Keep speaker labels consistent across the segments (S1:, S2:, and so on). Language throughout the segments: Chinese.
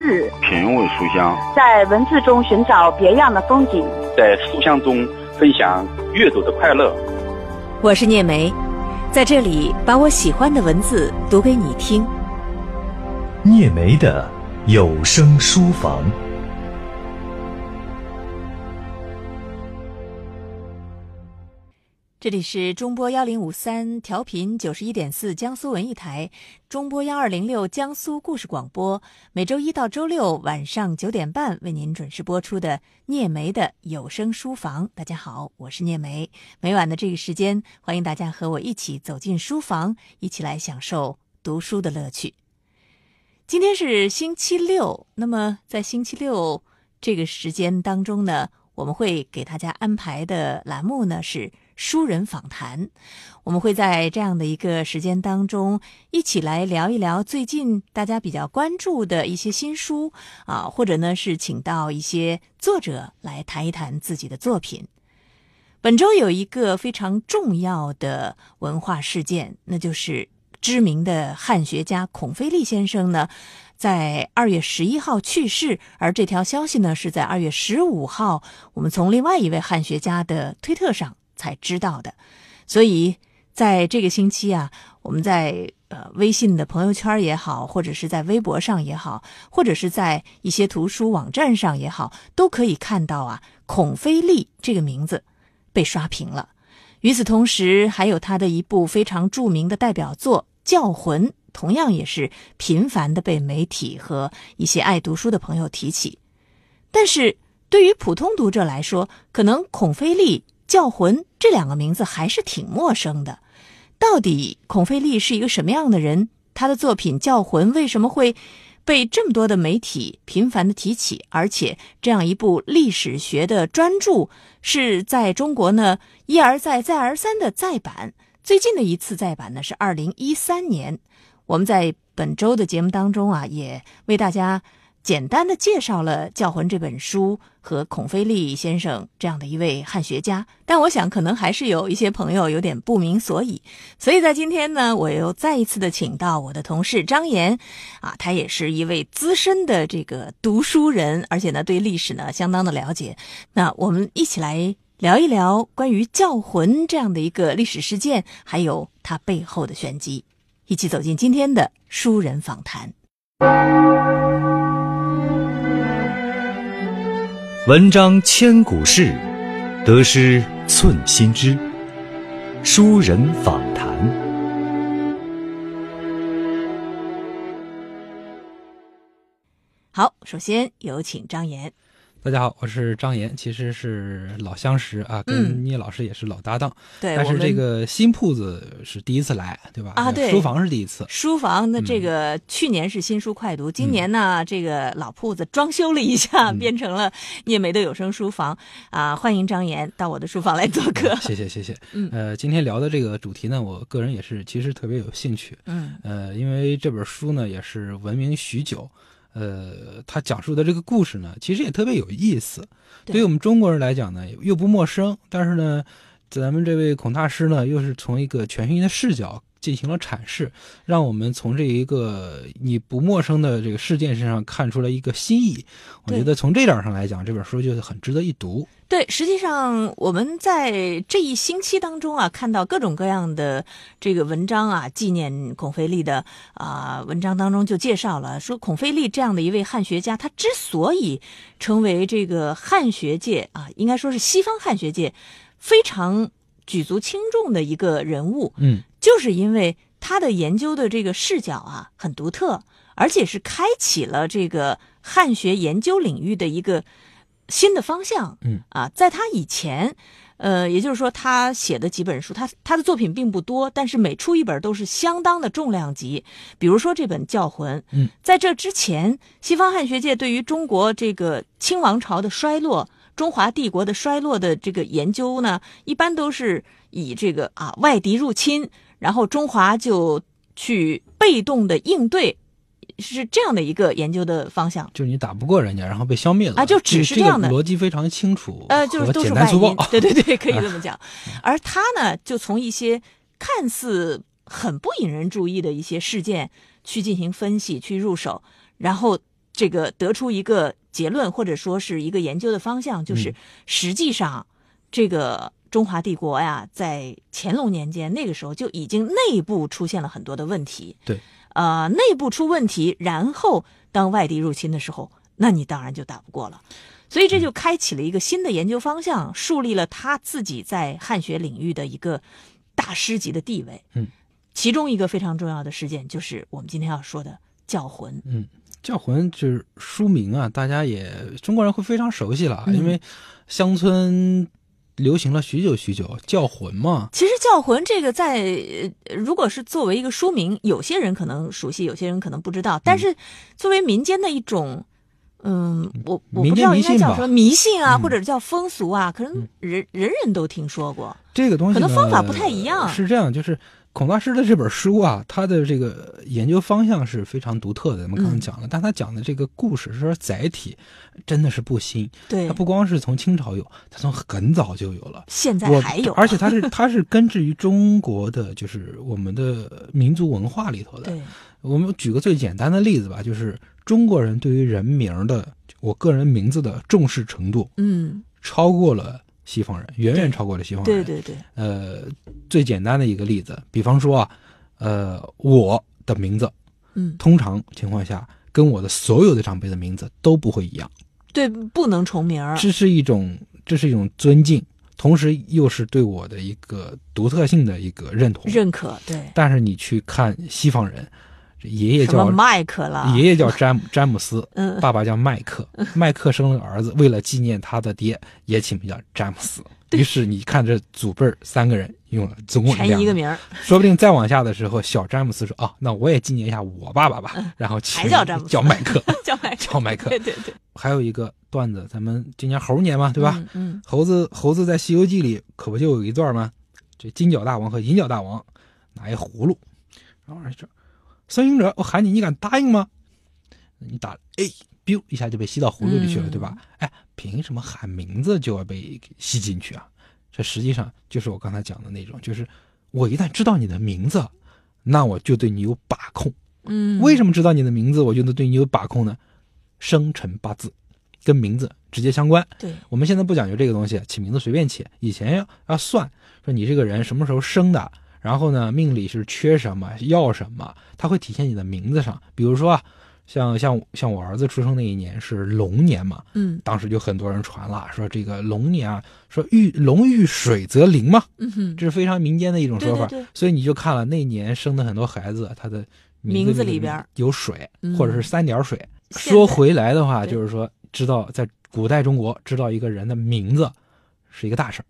S1: 字，
S2: 品味书香，
S1: 在文字中寻找别样的风景。
S3: 在书香中分享阅读的快乐。
S4: 我是聂梅，在这里把我喜欢的文字读给你听。
S5: 聂梅的有声书房。
S4: 这里是中波幺零五三调频九十一点四江苏文艺台，中波幺二零六江苏故事广播，每周一到周六晚上九点半为您准时播出的聂梅的有声书房。大家好，我是聂梅。每晚的这个时间，欢迎大家和我一起走进书房，一起来享受读书的乐趣。今天是星期六，那么在星期六这个时间当中呢，我们会给大家安排的栏目呢是。书人访谈，我们会在这样的一个时间当中，一起来聊一聊最近大家比较关注的一些新书啊，或者呢是请到一些作者来谈一谈自己的作品。本周有一个非常重要的文化事件，那就是知名的汉学家孔飞利先生呢，在二月十一号去世，而这条消息呢是在二月十五号，我们从另外一位汉学家的推特上。才知道的，所以在这个星期啊，我们在呃微信的朋友圈也好，或者是在微博上也好，或者是在一些图书网站上也好，都可以看到啊，孔飞利这个名字被刷屏了。与此同时，还有他的一部非常著名的代表作《教魂》，同样也是频繁的被媒体和一些爱读书的朋友提起。但是对于普通读者来说，可能孔飞利。教魂这两个名字还是挺陌生的，到底孔飞利是一个什么样的人？他的作品《教魂》为什么会被这么多的媒体频繁的提起？而且这样一部历史学的专著是在中国呢一而再、再而三的再版。最近的一次再版呢是二零一三年。我们在本周的节目当中啊，也为大家。简单的介绍了《教魂》这本书和孔飞利先生这样的一位汉学家，但我想可能还是有一些朋友有点不明所以，所以在今天呢，我又再一次的请到我的同事张岩，啊，他也是一位资深的这个读书人，而且呢对历史呢相当的了解，那我们一起来聊一聊关于《教魂》这样的一个历史事件，还有它背后的玄机，一起走进今天的书人访谈。
S5: 文章千古事，得失寸心知。书人访谈。
S4: 好，首先有请张岩。
S6: 大家好，我是张岩，其实是老相识啊，跟聂老师也是老搭档。
S4: 嗯、对，
S6: 但是这个新铺子是第一次来，对吧？
S4: 啊，对，
S6: 书房是第一 次。
S4: 书房的这个、嗯、去年是新书快读，今年呢，嗯、嗯这个老铺子装修了一下，变成了聂梅的有声书房啊。欢迎张岩到我的书房来做客。
S6: 谢谢，谢谢。
S4: 嗯
S6: 呃，今天聊的这个主题呢，我个人也是其实特别有兴趣。嗯，呃，因为这本书呢也是闻名许久。呃，他讲述的这个故事呢，其实也特别有意思。对于我们中国人来讲呢，又不陌生。但是呢，咱们这位孔大师呢，又是从一个全新的视角进行了阐释，让我们从这一个你不陌生的这个事件身上看出来一个新意。我觉得从这点上来讲，这本书就是很值得一读。
S4: 对，实际上我们在这一星期当中啊，看到各种各样的这个文章啊，纪念孔飞利的啊、呃、文章当中就介绍了，说孔飞利这样的一位汉学家，他之所以成为这个汉学界啊，应该说是西方汉学界非常举足轻重的一个人物，
S6: 嗯，
S4: 就是因为他的研究的这个视角啊很独特，而且是开启了这个汉学研究领域的一个。新的方向，
S6: 嗯
S4: 啊，在他以前，呃，也就是说，他写的几本书，他他的作品并不多，但是每出一本都是相当的重量级。比如说这本《教魂》，
S6: 嗯，
S4: 在这之前，西方汉学界对于中国这个清王朝的衰落、中华帝国的衰落的这个研究呢，一般都是以这个啊外敌入侵，然后中华就去被动的应对。是这样的一个研究的方向，
S6: 就是你打不过人家，然后被消灭了
S4: 啊，就只是
S6: 这
S4: 样的、
S6: 这个、逻辑非常清楚，
S4: 呃，就是都是
S6: 外 因，
S4: 对对对，
S6: 啊
S4: 可以这么讲。而他呢，就从一些看似很不引人注意的一些事件去进行分析，去入手，然后这个得出一个结论，或者说是一个研究的方向，就是
S6: 嗯
S4: 实际上这个中华帝国呀，在乾隆年间那个时候就已经内部出现了很多的问题。
S6: 对，
S4: 呃，内部出问题，然后当外敌入侵的时候，那你当然就打不过了。所以这
S6: 嗯
S4: 就开启了一个新的研究方向，树立了他自己在汉学领域的一个大师级的地位。
S6: 嗯，
S4: 其中一个非常重要的事件就是我们今天要说的教魂。
S6: 教魂就是书名啊，大家也中国人会非常熟悉了，啊
S4: 嗯
S6: 因为乡村流行了许久许久，教魂嘛。
S4: 其实“教魂”这个在呃如果是作为一个书名，有些人可能熟悉，有些人可能不知道。但是
S6: 嗯
S4: 作为民间的一种，嗯，我我不
S6: 民
S4: 知
S6: 间
S4: 道
S6: 迷
S4: 应该
S6: 信
S4: 叫
S6: 吧
S4: 什么迷信啊，
S6: 嗯
S4: 或者叫风俗啊，可能人人人都听说过。
S6: 这个东
S4: 可
S6: 西呢
S4: 能方法不太一样
S6: 是这样，就是孔大师的这本书啊，他的这个研究方向是非常独特的，咱们刚刚讲了，
S4: 嗯
S6: 但他讲的这个故事是说载体真的是不新，
S4: 对
S6: 它，啊不光是从清朝有，它从很早就有了。
S4: 现在
S6: 我
S4: 还有啊，
S6: 而且它是它是根植于中国的，就是我们的民族文化里头的。
S4: 对，
S6: 我们举个最简单的例子吧，就是中国人对于人名的，我个人名字的重视程度
S4: 嗯，
S6: 超过了西方人，远远
S4: 对
S6: 超过了西方
S4: 对
S6: 人。
S4: 对对，
S6: 呃，最简单的一个例子，比方说啊，呃，我的名字
S4: 嗯，
S6: 通常情况下跟我的所有的长辈的名字都不会一样，
S4: 对，不能重名儿。
S6: 这是一种这是一种尊敬，同时又是对我的一个独特性的一个认同。
S4: 认可，对，
S6: 但是你去看西方人，这爷爷
S4: 什么
S6: 叫
S4: 麦克了，
S6: 爷爷叫 詹姆詹姆斯，
S4: 啊嗯
S6: 爸爸叫麦克，麦克生了个儿子，为了纪念他的爹，也起名叫詹姆斯。于是你看这祖辈儿三个人用了总共
S4: 全
S6: 两
S4: 一个名儿，
S6: 说不定再往下的时候，小詹姆斯说：“啊，那我也纪念一下我爸爸吧。然后起
S4: 还叫詹姆斯
S6: 叫麦克。
S4: 叫麦克，
S6: 叫麦克
S4: 对对对，
S6: 还有一个段子，咱们今年猴年嘛，对吧？
S4: 嗯？嗯，
S6: 猴子猴子在《西游记》里可不就有一段吗？这金角大王和银角大王拿一葫芦，然后这孙行者，我哦喊你，你敢答应吗？你打哎，biu 一下就被吸到葫芦里去了，
S4: 嗯
S6: 对吧？哎，凭什么喊名字就要被吸进去啊？这实际上就是我刚才讲的那种，就是我一旦知道你的名字，那我就对你有把控。
S4: 嗯，
S6: 为什么知道你的名字，我就能对你有把控呢？生辰八字跟名字直接相关。
S4: 对，
S6: 我们现在不讲究这个东西，起名字随便起。以前要要算，说你这个人什么时候生的，然后呢命里是缺什么要什么，它会体现你的名字上。比如说啊，像像像我儿子出生那一年是龙年嘛，
S4: 嗯
S6: 当时就很多人传了，说这个龙年啊，说遇龙遇水则灵嘛，
S4: 嗯哼，
S6: 这是非常民间的一种
S4: 对
S6: 说法。
S4: 对对，
S6: 所以你就看了那年生的很多孩子，他的
S4: 名字
S6: 字
S4: 里边儿
S6: 有水，
S4: 嗯
S6: 或者是三点水。
S4: 现
S6: 说
S4: 在
S6: 回来的话，
S4: 对
S6: 就是说，知道在古代中国，知道一个人的名字是一个大事儿。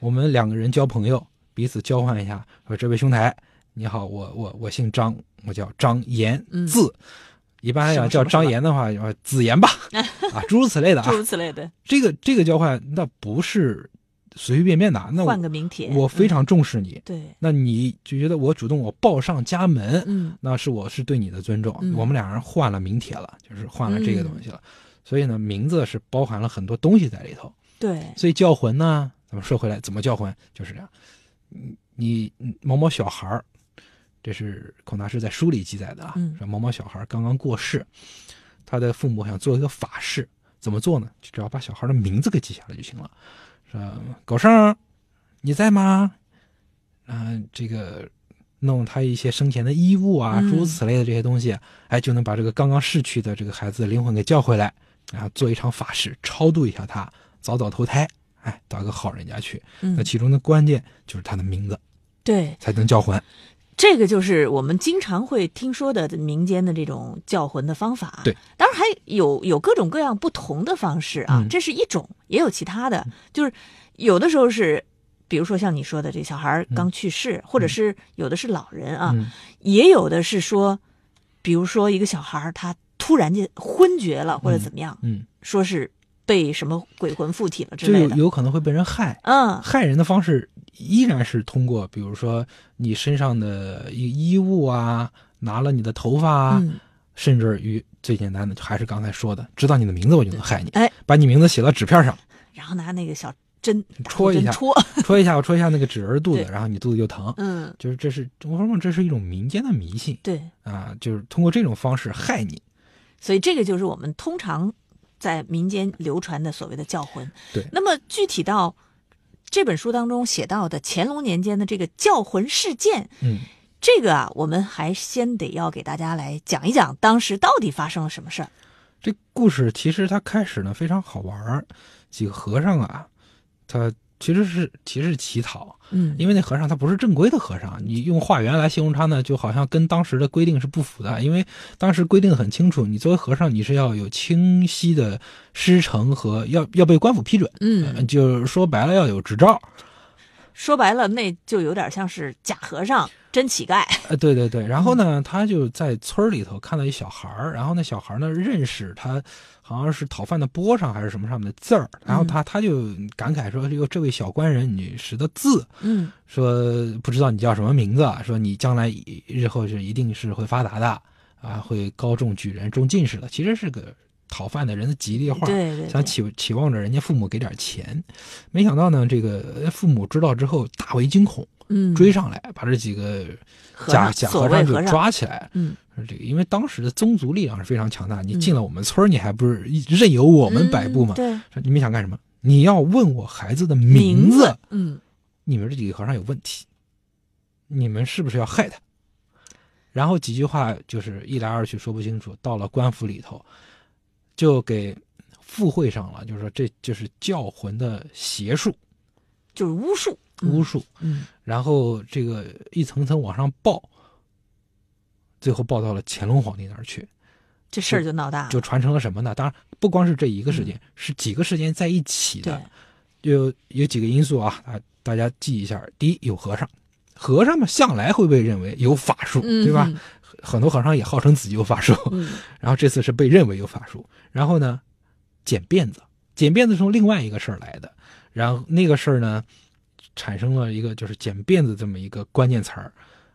S6: 我们两个人交朋友，彼此交换一下，说这位兄台，你好，我我我姓张，我叫张岩，
S4: 嗯
S6: 字。一般来
S4: 什么
S6: 讲叫
S4: 什么
S6: 张岩的话，呃子岩吧，啊，诸如此类的啊
S4: 诸。如此类的，
S6: 这个这个交换，那不是随随便便的啊，那我
S4: 换个名帖，
S6: 我非常
S4: 嗯
S6: 重视你，
S4: 对，
S6: 那你就觉得我主动，我抱上家门，
S4: 嗯
S6: 那是我是对你的尊重。
S4: 嗯
S6: 我们俩人换了名帖了，就是换了这个东西了。所以呢，名字是包含了很多东西在里头。
S4: 对，
S6: 所以叫魂呢，咱们说回来，怎么叫魂就是这样。你你你某某小孩儿，这是孔大师在书里记载的啊，
S4: 嗯
S6: 说某某小孩儿刚刚过世，他的父母想做一个法事，怎么做呢？就只要把小孩儿的名字给记下来就行了。说狗剩儿，你在吗？啊、这个弄他一些生前的衣物啊，
S4: 嗯
S6: 诸如此类的这些东西，哎，就能把这个刚刚逝去的这个孩子的灵魂给叫回来，然后做一场法事，超度一下他，早早投胎，哎，到一个好人家去。那
S4: 嗯，
S6: 其中的关键就是他的名字
S4: 对，
S6: 才能叫魂。
S4: 这个就是我们经常会听说的民间的这种叫魂的方法。
S6: 对，
S4: 当然还有有各种各样不同的方式啊，
S6: 嗯
S4: 这是一种，也有其他的，就是有的时候是。比如说像你说的，这小孩儿刚去世，或者是有的是老人啊，
S6: 嗯
S4: 也有的是说，比如说一个小孩儿他突然间昏厥了或者怎么样，
S6: 嗯，
S4: 说是被什么鬼魂附体了之
S6: 就
S4: 类
S6: 有
S4: 的。
S6: 有可能会被人害。
S4: 嗯，
S6: 害人的方式依然是通过，比如说你身上的衣衣物啊，拿了你的头发啊，
S4: 嗯
S6: 甚至于最简单的，还是刚才说的，知道你的名字我就能害你，
S4: 哎，
S6: 把你名字写到 纸片上，
S4: 然后拿那个小针打
S6: 戳
S4: 火
S6: 一
S4: 针
S6: 下
S4: 戳，
S6: 戳一下，我戳一下那个纸人肚子，
S4: 对
S6: 然后你肚子就疼。
S4: 嗯，
S6: 就是这是我说嘛，这是一种民间的迷信
S4: 对，
S6: 啊，就是通过这种方式害你。
S4: 所以这个就是我们通常在民间流传的所谓的教魂。
S6: 对
S4: 那么具体到这本书当中写到的乾隆年间的这个教魂事件，
S6: 嗯，
S4: 这个啊，我们还先得要给大家来讲一讲当时到底发生了什么事儿。
S6: 这故事其实它开始呢非常好玩儿，几个和尚啊，他其实是其实是乞讨，
S4: 嗯
S6: 因为那和尚他不是正规的和尚，你用化缘来形容他呢，就好像跟当时的规定是不符的，因为当时规定很清楚，你作为和尚你是要有清晰的师承和要要被官府批准，呃
S4: 嗯，
S6: 就是说白了要有执照，
S4: 说白了，那就有点像是假和尚真乞丐。
S6: 呃，对对对，然后呢，他就在村儿里头看到一小孩儿，然后那小孩儿呢认识他，好像是讨饭的钵上还是什么上面的字儿，然后他他就感慨说：“哟，这位小官人，你识的字，
S4: 嗯
S6: 说不知道你叫什么名字，啊，说你将来以日后是一定是会发达的啊，会高中举人、中进士的。”其实是个讨饭的人的吉利话，
S4: 对对
S6: 想
S4: 对，
S6: 期期望着人家父母给点钱，没想到呢，这个呃父母知道之后大为惊恐，
S4: 嗯，
S6: 追上来把这几个。
S4: 和
S6: 假
S4: 尚
S6: 假
S4: 所
S6: 和
S4: 谓
S6: 尚就
S4: 和尚，
S6: 抓起来。
S4: 嗯，
S6: 这个因为当时的宗族力量是非常强大，你
S4: 嗯
S6: 进了我们村儿，你还不是任由我们摆布吗
S4: 嗯？对，
S6: 说你们想干什么？你要问我孩子的
S4: 名
S6: 名字，
S4: 嗯，
S6: 你们这几个和尚有问题，你们是不是要害他？然后几句话就是一来二去说不清楚，到了官府里头，就给附会上了，就是说这就是教魂的邪术
S4: 就是巫术，嗯
S6: 巫，术。
S4: 嗯
S6: 然后这个一层层往上报，最后报到了乾隆皇帝那儿去，
S4: 这事儿就闹大了，
S6: 就传承了什么呢？当然不光是这一个事件，是几个事件在一起
S4: 嗯对
S6: 的，，有有几个因素啊，啊，大家记一下。第一，有和尚，和尚嘛向来会被认为有法术，
S4: 嗯
S6: 对吧？？很多和尚也号称自己有法术，
S4: 嗯
S6: 然后这次是被认为有法术，然后呢，剪辫子，剪辫子是从另外一个事儿来的，然后那个事儿呢，产生了一个就是剪辫子这么一个关键词儿，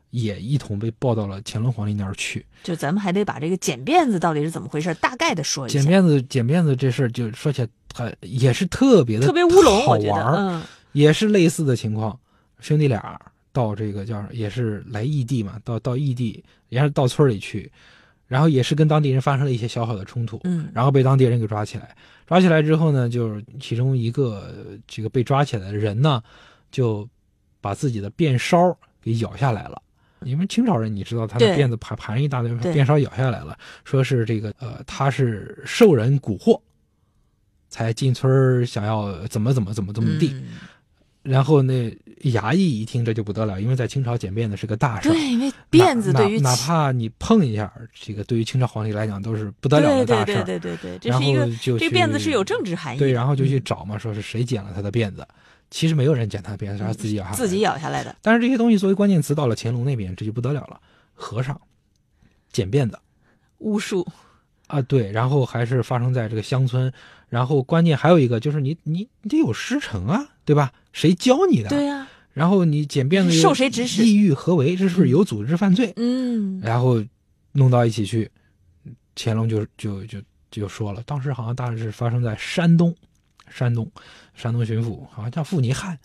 S6: 也一同被报到了乾隆皇帝那儿去。
S4: 就咱们还得把这个剪辫子到底是怎么回事，大概的说一下
S6: 剪，辫子，剪辫子这事儿就说起来很也是特别的
S4: 特别乌龙，
S6: 好
S4: 我觉
S6: 玩
S4: 得，
S6: 儿，
S4: 嗯
S6: 也是类似的情况，兄弟俩到这个叫也是来异地嘛，到到异地也是到村儿里去，然后也是跟当地人发生了一些小小的冲突，
S4: 嗯，
S6: 然后被当地人给抓起来。抓起来之后呢，就是其中一个呃这个被抓起来的人呢，就把自己的辫梢给咬下来了。因为清朝人，你知道他的
S4: 对
S6: 辫子盘盘一大堆，
S4: 对
S6: 辫梢咬下来了，说是这个呃，他是受人蛊惑，才进村儿想要怎么怎么怎么怎么地。
S4: 嗯
S6: 然后那衙役一听这就不得了，因为在清朝剪辫子是个大事儿，
S4: 对，因为辫子
S6: 哪
S4: 对于
S6: 哪哪
S4: 起
S6: 怕你碰一下，这个对于清朝皇帝来讲都是不得了
S4: 对
S6: 的大
S4: 对
S6: 事儿
S4: 对。对对对，这
S6: 然
S4: 是一个
S6: 后就
S4: 这
S6: 去
S4: 辫子是有政治含义的，
S6: 对，然后就去
S4: 嗯
S6: 找嘛，说是谁剪了他的辫子，其实没有人剪他的辫子，是他自己咬下来的
S4: 自己。咬下来的，
S6: 但是这些东西作为关键词到了乾隆那边，这就不得了了，和尚剪辫子
S4: 巫术，
S6: 啊，对，然后还是发生在这个乡村，然后关键还有一个就是你你你得有师承啊，对吧？谁教你的？
S4: 对啊呀，
S6: 然后你剪辫子又
S4: 受谁指使
S6: 意欲何为？这是不是有组织犯罪？
S4: 嗯，
S6: 然后弄到一起去，乾隆就就就就说了，当时好像大致是发生在山东，山东，山东巡抚好像叫傅尼汉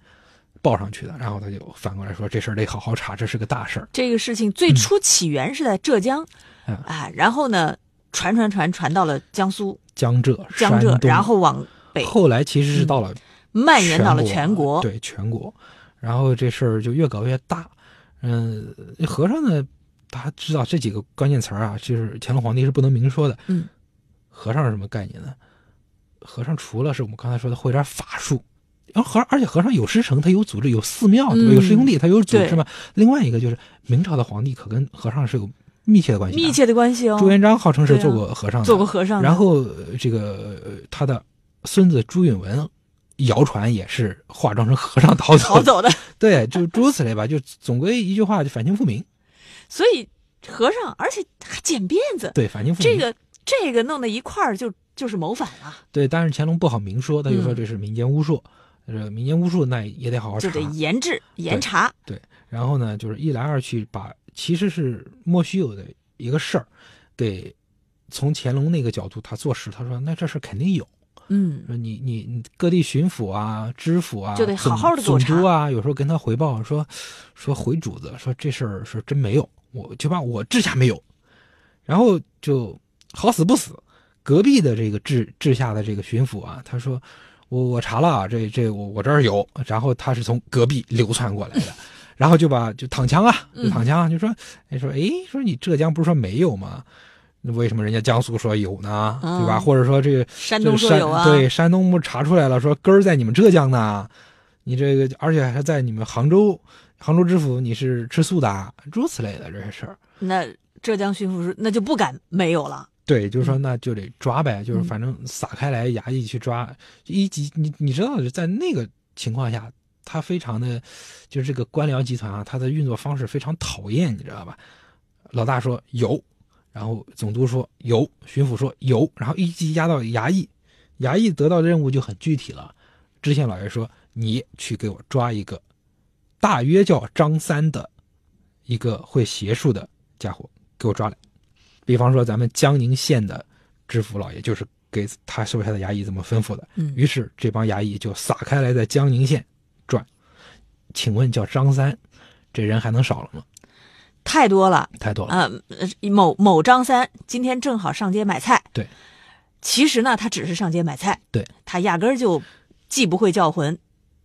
S6: 报上去的，然后他就反过来说这事儿得好好查，这是个大事儿。
S4: 这个事情最初起源是在浙江，
S6: 嗯
S4: 啊，然后呢，传传传传到了江苏、
S6: 江浙、
S4: 江浙
S6: 山，东
S4: 然后往北
S6: 后来其实是到了
S4: 蔓延到了全国。
S6: 对全国，然后这事儿就越搞越大。嗯，和尚呢，他知道这几个关键词儿啊，就是乾隆皇帝是不能明说的。
S4: 嗯，
S6: 和尚是什么概念呢？和尚除了是我们刚才说的会点法术，然后和而且和尚有师承，他有组织，有寺庙，对吧？
S4: 嗯
S6: 有师兄弟，他有组织
S4: 对
S6: 嘛。另外一个就是明朝的皇帝可跟和尚是有密切的关系的。啊
S4: 密切的关系哦，
S6: 朱元璋号称是
S4: 对啊
S6: 做过和尚的，
S4: 做过和尚的，
S6: 然后呃这个呃他的孙子朱允文，谣传也是化妆成和尚逃走。
S4: 逃。走的，
S6: 对，就诸如此类吧，就总归一句话，就反清复明。
S4: 所以和尚，而且还剪辫子，
S6: 对，反清复明。
S4: 这个这个弄到一块儿就就是谋反了，
S6: 对，但是乾隆不好明说，他就
S4: 嗯
S6: 说这是民间巫术。这个民间巫术那也得好好查
S4: 就。得严治严查。
S6: 然后呢，就是一来二去把其实是莫须有的一个事儿，给从乾隆那个角度他坐实，他说那这事儿肯定有。
S4: 嗯，
S6: 说你你你各地巡抚啊、知府啊，
S4: 就得好好地
S6: 总
S4: 给我
S6: 总督啊，有时候跟他回报说说回主子说这事儿是真没有，我就把我治下没有，然后就好死不死，隔壁的这个治治下的这个巡抚啊，他说我我查了啊，这这我我这儿有，然后他是从隔壁流窜过来的，然后就把就躺枪啊，就
S4: 嗯
S6: 躺枪、啊，就说哎说哎说你浙江不是说没有吗？那为什么人家江苏说有呢？对吧？
S4: 嗯
S6: 或者说这个
S4: 山
S6: 这
S4: 东
S6: 个
S4: 说有啊，
S6: 对，山东不是查出来了，说根儿在你们浙江呢，你这个而且还在你们杭州，杭州知府你是吃素的啊，诸如此类的这些事儿。
S4: 那浙江巡抚说那就不敢没有了。
S6: 对，就是说那就得抓呗，就是
S4: 嗯
S6: 反正撒开来衙役去抓，一级你你知道的，在那个情况下，他非常的，就是这个官僚集团啊，他的运作方式非常讨厌，你知道吧？老大说有，然后总督说有，巡抚说有，然后一级压到衙役，衙役得到的任务就很具体了。知县老爷说你去给我抓一个，大约叫张三的，一个会邪术的家伙，给我抓来。比方说咱们江宁县的知府老爷就是给他手下的衙役这么吩咐的，
S4: 嗯
S6: 于是这帮衙役就撒开来在江宁县转。请问叫张三，这人还能少了吗？
S4: 太多了
S6: 太多了。
S4: 啊、呃某某张三今天正好上街买菜，
S6: 对，
S4: 其实呢，他只是上街买菜，
S6: 对，
S4: 他压根儿就既不会叫魂，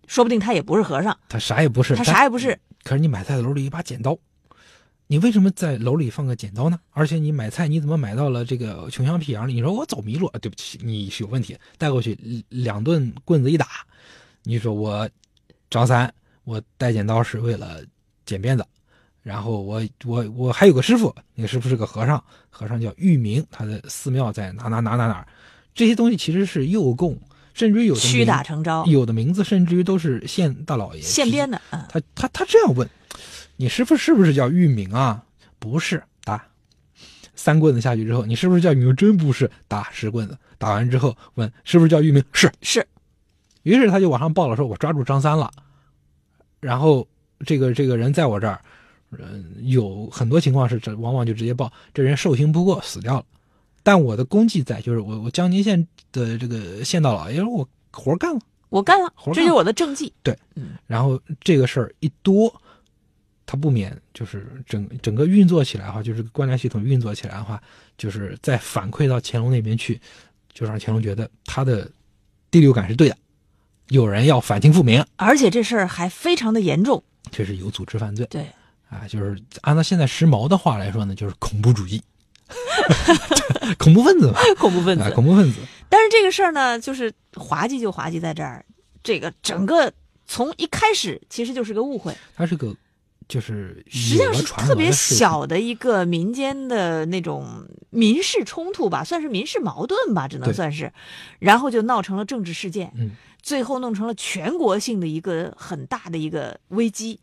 S4: 说不定他也不是和尚，
S6: 他啥也不是，
S4: 他
S6: 但
S4: 啥也不是。
S6: 可是你买菜的楼里一把剪刀，你为什么在楼里放个剪刀呢？而且你买菜你怎么买到了这个穷乡僻壤里？你说我走迷路，啊对不起，你是有问题，带过去两两顿棍子一打。你说我张三，我带剪刀是为了剪辫子，然后我我我还有个师傅，那个师傅是个和尚，和尚叫玉明，他的寺庙在哪哪哪哪哪儿。这些东西其实是诱供，甚至于有的
S4: 屈
S6: 名
S4: 打成招，
S6: 有的名字甚至于都是县大老爷
S4: 现
S6: 直接
S4: 编的啊、
S6: 他他他这样问：“你师傅是不是叫玉明啊？”“不是。”打三棍子下去之后，你是不是叫玉明？真不是。打十棍子，打完之后问是不是叫玉明？是。
S4: 是
S6: 于是他就往上报了，说我抓住张三了。然后这个这个人在我这儿，嗯、有很多情况是这往往就直接报这人受刑不过死掉了。但我的功绩在，就是我我江宁县的这个县道老爷，我活儿干了。
S4: 我干了，
S6: 活干
S4: 这就是我的政绩。
S6: 然后这个事儿一多，它不免就是整整个运作起来的话，就是官僚系统运作起来的话，就是再反馈到乾隆那边去，就让乾隆觉得他的第六感是对的，有人要反清复明，
S4: 而且这事儿还非常的严重，
S6: 这是有组织犯罪
S4: 对，
S6: 啊，就是按照现在时髦的话来说呢，就是恐 怖主义，恐怖分子嘛，
S4: 恐怖分
S6: 啊，
S4: 子。
S6: 恐怖分子，
S4: 但是这个事儿呢，就是滑稽就滑稽在这儿，这个整个从一开始其实就是个误会，
S6: 它是个就是
S4: 实际上
S6: 有
S4: 是
S6: 了传
S4: 特
S6: 闻
S4: 别
S6: 的事情
S4: 小的一个民间的那种民事冲突吧，算是民事矛盾吧，只能
S6: 对
S4: 算是，然后就闹成了政治事件，
S6: 嗯
S4: 最后弄成了全国性的一个很大的一个危机。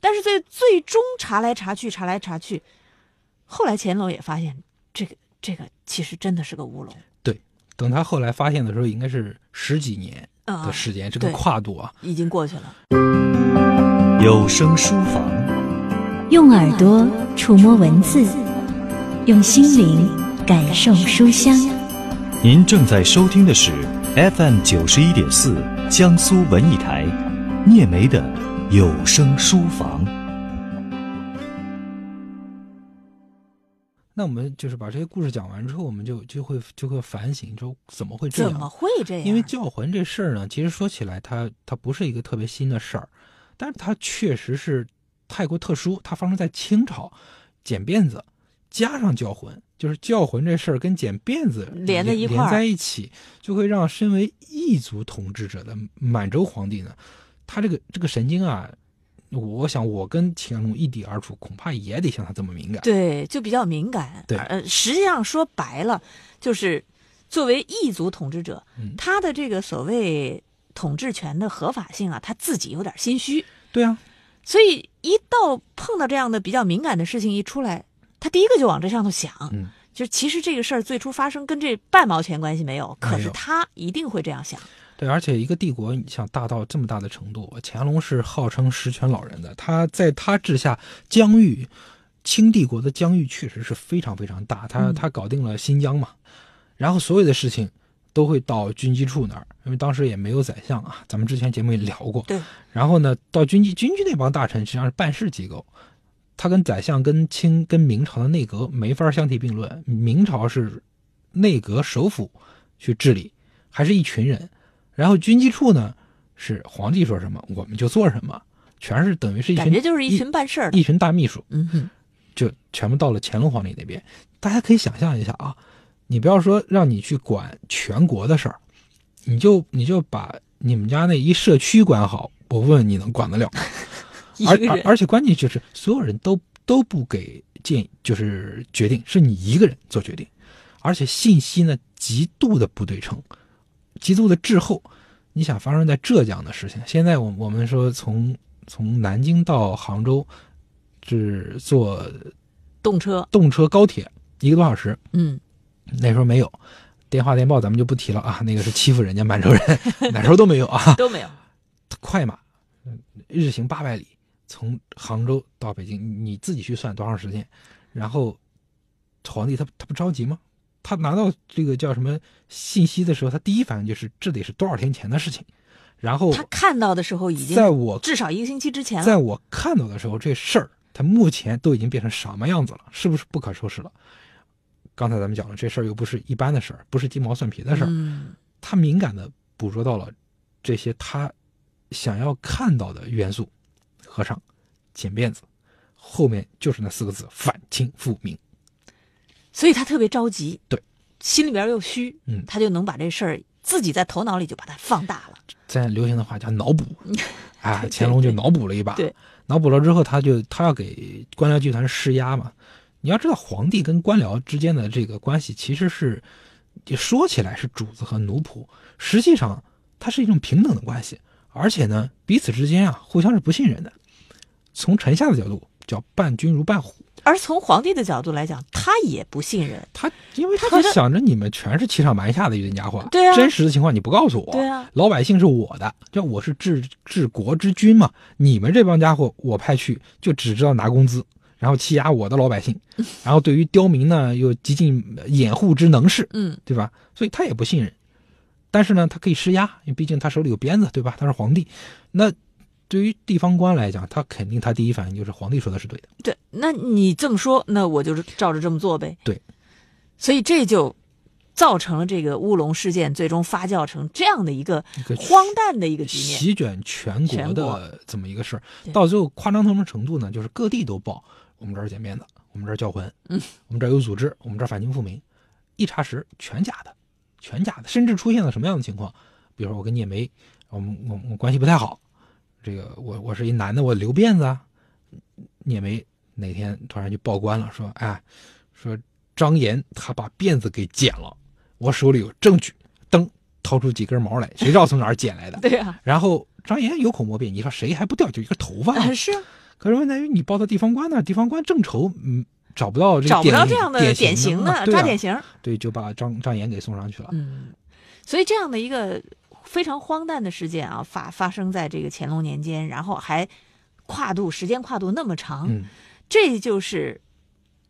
S4: 但是最最终查来查去，查来查去，后来乾隆也发现这个这个其实真的是个乌龙。
S6: 等他后来发现的时候，应该是十几年
S4: 啊
S6: 的时间，这个
S4: 对
S6: 跨度啊，
S4: 已经过去了。
S5: 有声书房，
S2: 用耳朵触摸文字，用心灵感受书香。
S5: 您正在收听的是 FM 九十一点四江苏文艺台聂梅的有声书房。
S6: 那我们就是把这些故事讲完之后，我们就就会就会反省，说怎么会这
S4: 怎么
S6: 样？
S4: 会这样？
S6: 因为叫魂这事儿呢，其实说起来它，它不是一个特别新的事儿，但是它确实是太过特殊。它发生在清朝，剪辫子加上叫魂，就是叫魂这事儿跟剪辫子
S4: 连在一块儿
S6: 连在一起，就会让身为异族统治者的满洲皇帝呢，他这个这个神经啊，我想我跟乾隆一抵而处，恐怕也得像他这么敏感。
S4: 对，就比较敏感。
S6: 对
S4: 呃，实际上说白了，就是作为异族统治者，
S6: 嗯
S4: 他的这个所谓统治权的合法性啊，他自己有点心虚，
S6: 对啊，
S4: 所以一到碰到这样的比较敏感的事情一出来，他第一个就往这上头想。
S6: 嗯
S4: 就其实这个事儿最初发生跟这半毛钱关系没有，可
S6: 没
S4: 是
S6: 有
S4: 他一定会这样想。
S6: 对，而且一个帝国，你想大到这么大的程度，乾隆是号称十全老人的，他在他治下，疆域，清帝国的疆域确实是非常非常大，他
S4: 嗯
S6: 他搞定了新疆嘛，然后所有的事情都会到军机处那儿，因为当时也没有宰相啊，咱们之前节目也聊过，
S4: 对，
S6: 然后呢，到军机军机那帮大臣实际上是办事机构，他跟宰相、跟清、跟明朝的内阁没法相提并论。明朝是内阁首辅去治理，还是一群人。然后军机处呢是皇帝说什么我们就做什么，全是等于是一群
S4: 感觉就是一群办事儿的
S6: 一。群大秘书，
S4: 嗯哼，
S6: 就全部到了乾隆皇帝那边。大家可以想象一下啊，你不要说让你去管全国的事儿，你就你就把你们家那一社区管好，我问问你能管得了吗？
S4: 一
S6: 而
S4: 个
S6: 而
S4: 人
S6: 而且关键就是所有人都都不给建议，就是决定是你一个人做决定，而且信息呢极度的不对称，极度的滞后。你想发生在浙江的事情，现在我我们说从从南京到杭州，只坐
S4: 动车，
S6: 动车高铁一个多小时，
S4: 嗯，
S6: 那时候没有。电话电报咱们就不提了啊，那个是欺负人家满洲人， 哪时候都没有啊。
S4: 都没有。
S6: 快马，嗯日行八百里，从杭州到北京，你你自己去算多长时间。然后，皇帝他他不着急吗？他拿到这个叫什么信息的时候，他第一反应就是这得是多少天前的事情。然后，
S4: 他看到的时候已经
S6: 在我
S4: 至少一个星期之前了。
S6: 在我看到的时候，这事儿它目前都已经变成什么样子了？是不是不可收拾了？刚才咱们讲了，这事儿又不是一般的事儿，不是鸡毛蒜皮的事儿。
S4: 嗯，
S6: 他敏感的捕捉到了这些他想要看到的元素：和尚、剪辫子，后面就是那四个字“反清复明
S4: 所以他特别着急，
S6: 对，
S4: 心里边又虚，
S6: 嗯
S4: 他就能把这事儿自己在头脑里就把它放大了。”。
S6: 在流行的话叫脑 补啊，
S4: 对
S6: 乾隆就脑补了一把。
S4: 对，
S6: 脑补了之后，他就他要给官僚集团施压嘛。你要知道，皇帝跟官僚之间的这个关系其实是说起来是主子和奴仆，实际上它是一种平等的关系，而且呢，彼此之间啊互相是不信任的。从臣下的角度叫伴君如伴虎，
S4: 而从皇帝的角度来讲，他也不信任，
S6: 他因为
S4: 他
S6: 他
S4: 觉得
S6: 想着你们全是欺上瞒下的冤家话，
S4: 对啊
S6: 真实的情况你不告诉我，
S4: 对啊
S6: 老百姓是我的，就我是治治国之君嘛，你们这帮家伙我派去就只知道拿工资，然后欺压我的老 百姓，然后对于刁民呢又极尽掩护之能事，
S4: 嗯，
S6: 对吧？所以他也不信任，但是呢，他可以施压，因为毕竟他手里有鞭子，对吧？他是皇帝，那。对于地方官来讲，他肯定他第一反应就是皇帝说的是对的，
S4: 对。那你这么说，那我就是照着这么做呗。
S6: 对，
S4: 所以这就造成了这个乌龙事件最终发酵成这样的一个
S6: 一个
S4: 荒诞的一个局面。
S6: 席卷全国
S4: 全
S6: 的
S4: 国
S6: 这么一个事儿
S4: 对，
S6: 到最后夸张到什么程度呢？就是各地都报，我们这儿剪辫子，我们这儿叫魂，嗯，我们这儿有组织，我们这儿反清复明，一查实全假的，全假的，甚至出现了什么样的情况？比如说我跟聂梅，我们我们我们关系不太好，这个我我是一男的，我留辫子啊，聂梅哪天突然就报官了，说哎，说张岩他把辫子给剪了，我手里有证据，噔，掏出几根毛来，谁知道从哪儿剪来的？
S4: 对啊，
S6: 然后张岩有口莫辩，你说谁还不掉就一个头发？
S4: 啊是啊
S6: 可是问题在于你报到地方官那儿，地方官正愁，嗯，找不到这
S4: 找不
S6: 典
S4: 着这样的典型
S6: 型
S4: 的
S6: 嘛对
S4: 抓
S6: 啊
S4: 典型。
S6: 对，就把张张岩给送上去了。
S4: 嗯，所以这样的一个非常荒诞的事件啊，发发生在这个乾隆年间，然后还跨度时间跨度那么长，
S6: 嗯，
S4: 这就是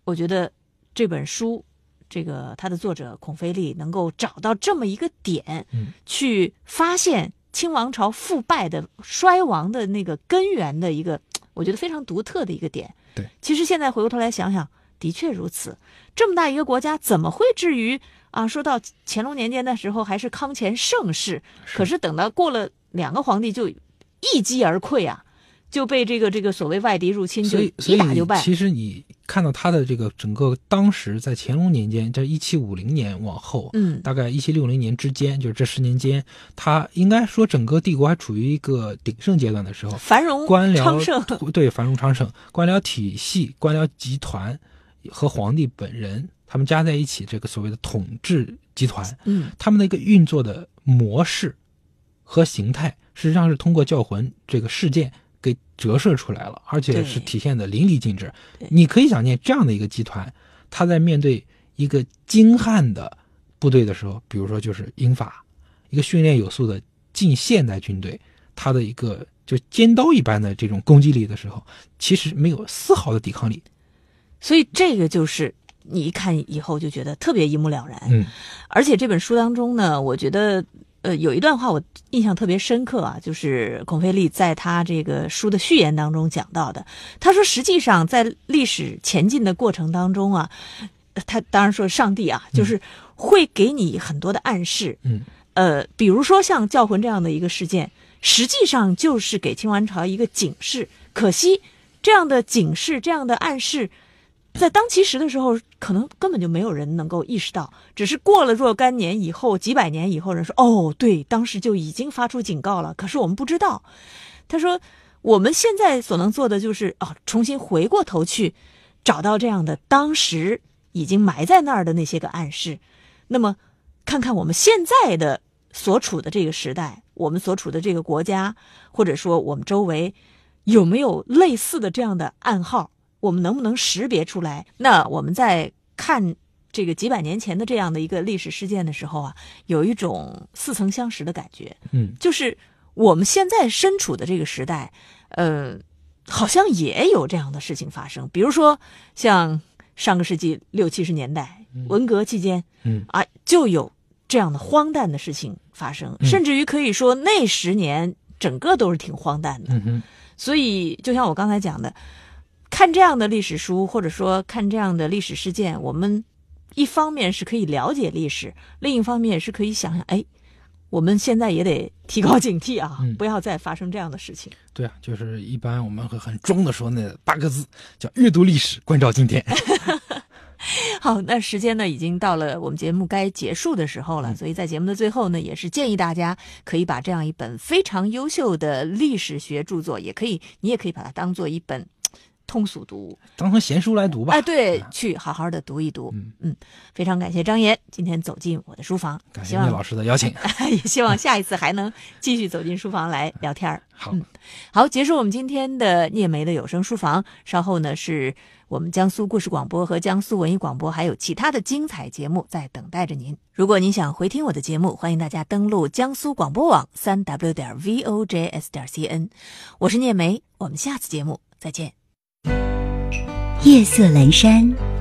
S4: 我觉得这本书这个它的作者孔飞利能够找到这么一个点，
S6: 嗯
S4: 去发现清王朝腐败的衰亡的那个根源的一个，我觉得非常独特的一个点。
S6: 对，
S4: 其实现在回过头来想想，的确如此。这么大一个国家，怎么会至于啊？说到乾隆年间的时候还是康乾盛世，可是等到过了两个皇帝就一击而溃啊，就被这个这个所谓外敌入侵就
S6: 所以所
S4: 一打
S6: 以
S4: 就败。
S6: 其实你看到他的这个整个当时在乾隆年间，在一七五零年往后，
S4: 嗯，
S6: 大概一七六零年之间，就是这十年间，他应该说整个帝国还处于一个鼎盛阶段的时候，
S4: 繁荣
S6: 官僚
S4: 昌盛，
S6: 对繁荣昌盛，官僚体系、官僚集团和皇帝本人他们加在一起，这个所谓的统治集团，
S4: 嗯
S6: 他们的一个运作的模式和形态，实际上是通过教魂这个事件给折射出来了，而且
S4: 对
S6: 是体现的淋漓尽致
S4: 对。
S6: 你可以想见，这样的一个集团，他在面对一个精悍的部队的时候，比如说就是英法，一个训练有素的近现代军队，他的一个就尖刀一般的这种攻击力的时候，其实没有丝毫的抵抗力。
S4: 所以这个就是你一看以后就觉得特别一目了然。
S6: 嗯
S4: 而且这本书当中呢，我觉得呃有一段话我印象特别深刻啊，就是孔飞利在他这个书的序言当中讲到的。他说，实际上在历史前进的过程当中啊，呃他当然说上帝啊，就是会给你很多的暗示。
S6: 嗯，
S4: 呃，比如说像教魂这样的一个事件，实际上就是给清王朝一个警示。可惜，这样的警示、这样的暗示，在当其时的时候，可能根本就没有人能够意识到，只是过了若干年以后、几百年以后，人说：“哦，对，当时就已经发出警告了，可是我们不知道。”他说：“我们现在所能做的就是啊，重新回过头去，找到这样的当时已经埋在那儿的那些个暗示。那么，看看我们现在的所处的这个时代，我们所处的这个国家，或者说我们周围有没有类似的这样的暗号，我们能不能识别出来？那我们在看。”这个几百年前的这样的一个历史事件的时候啊，有一种似曾相识的感觉。
S6: 嗯，
S4: 就是我们现在身处的这个时代，呃，好像也有这样的事情发生。比如说，像上个世纪六七十年代文革期间，
S6: 嗯
S4: 啊，就有这样的荒诞的事情发生，
S6: 嗯
S4: 甚至于可以说那十年整个都是挺荒诞的。
S6: 嗯哼，
S4: 所以，就像我刚才讲的，看这样的历史书，或者说看这样的历史事件，我们一方面是可以了解历史，另一方面也是可以想想，哎，我们现在也得提高警惕啊，
S6: 嗯
S4: 不要再发生这样的事情。
S6: 对啊，就是一般我们会很装的说那八个字，叫阅读历史，关照今天。
S4: 好，那时间呢已经到了我们节目该结束的时候
S6: 嗯
S4: 了，所以在节目的最后呢，也是建议大家可以把这样一本非常优秀的历史学著作，也可以你也可以把它当做一本。嘖通俗读物，
S6: 当成闲书来读吧。
S4: 哎，对，去好好的读一读。
S6: 嗯
S4: 非常感谢张岩今天走进我的书房，
S6: 感谢
S4: 希
S6: 聂
S4: 望
S6: 老师的邀请。
S4: 也希望下一次还能继续走进书房来聊天儿。
S6: 好，
S4: 嗯好，结束我们今天的聂梅的有声书房。稍后呢，是我们江苏故事广播和江苏文艺广播还有其他的精彩节目在等待着您。如果您想回听我的节目，欢迎大家登录江苏广播网三 w 点 v o j s 点 c n。我是聂梅，我们下次节目再见。
S2: 夜色阑珊，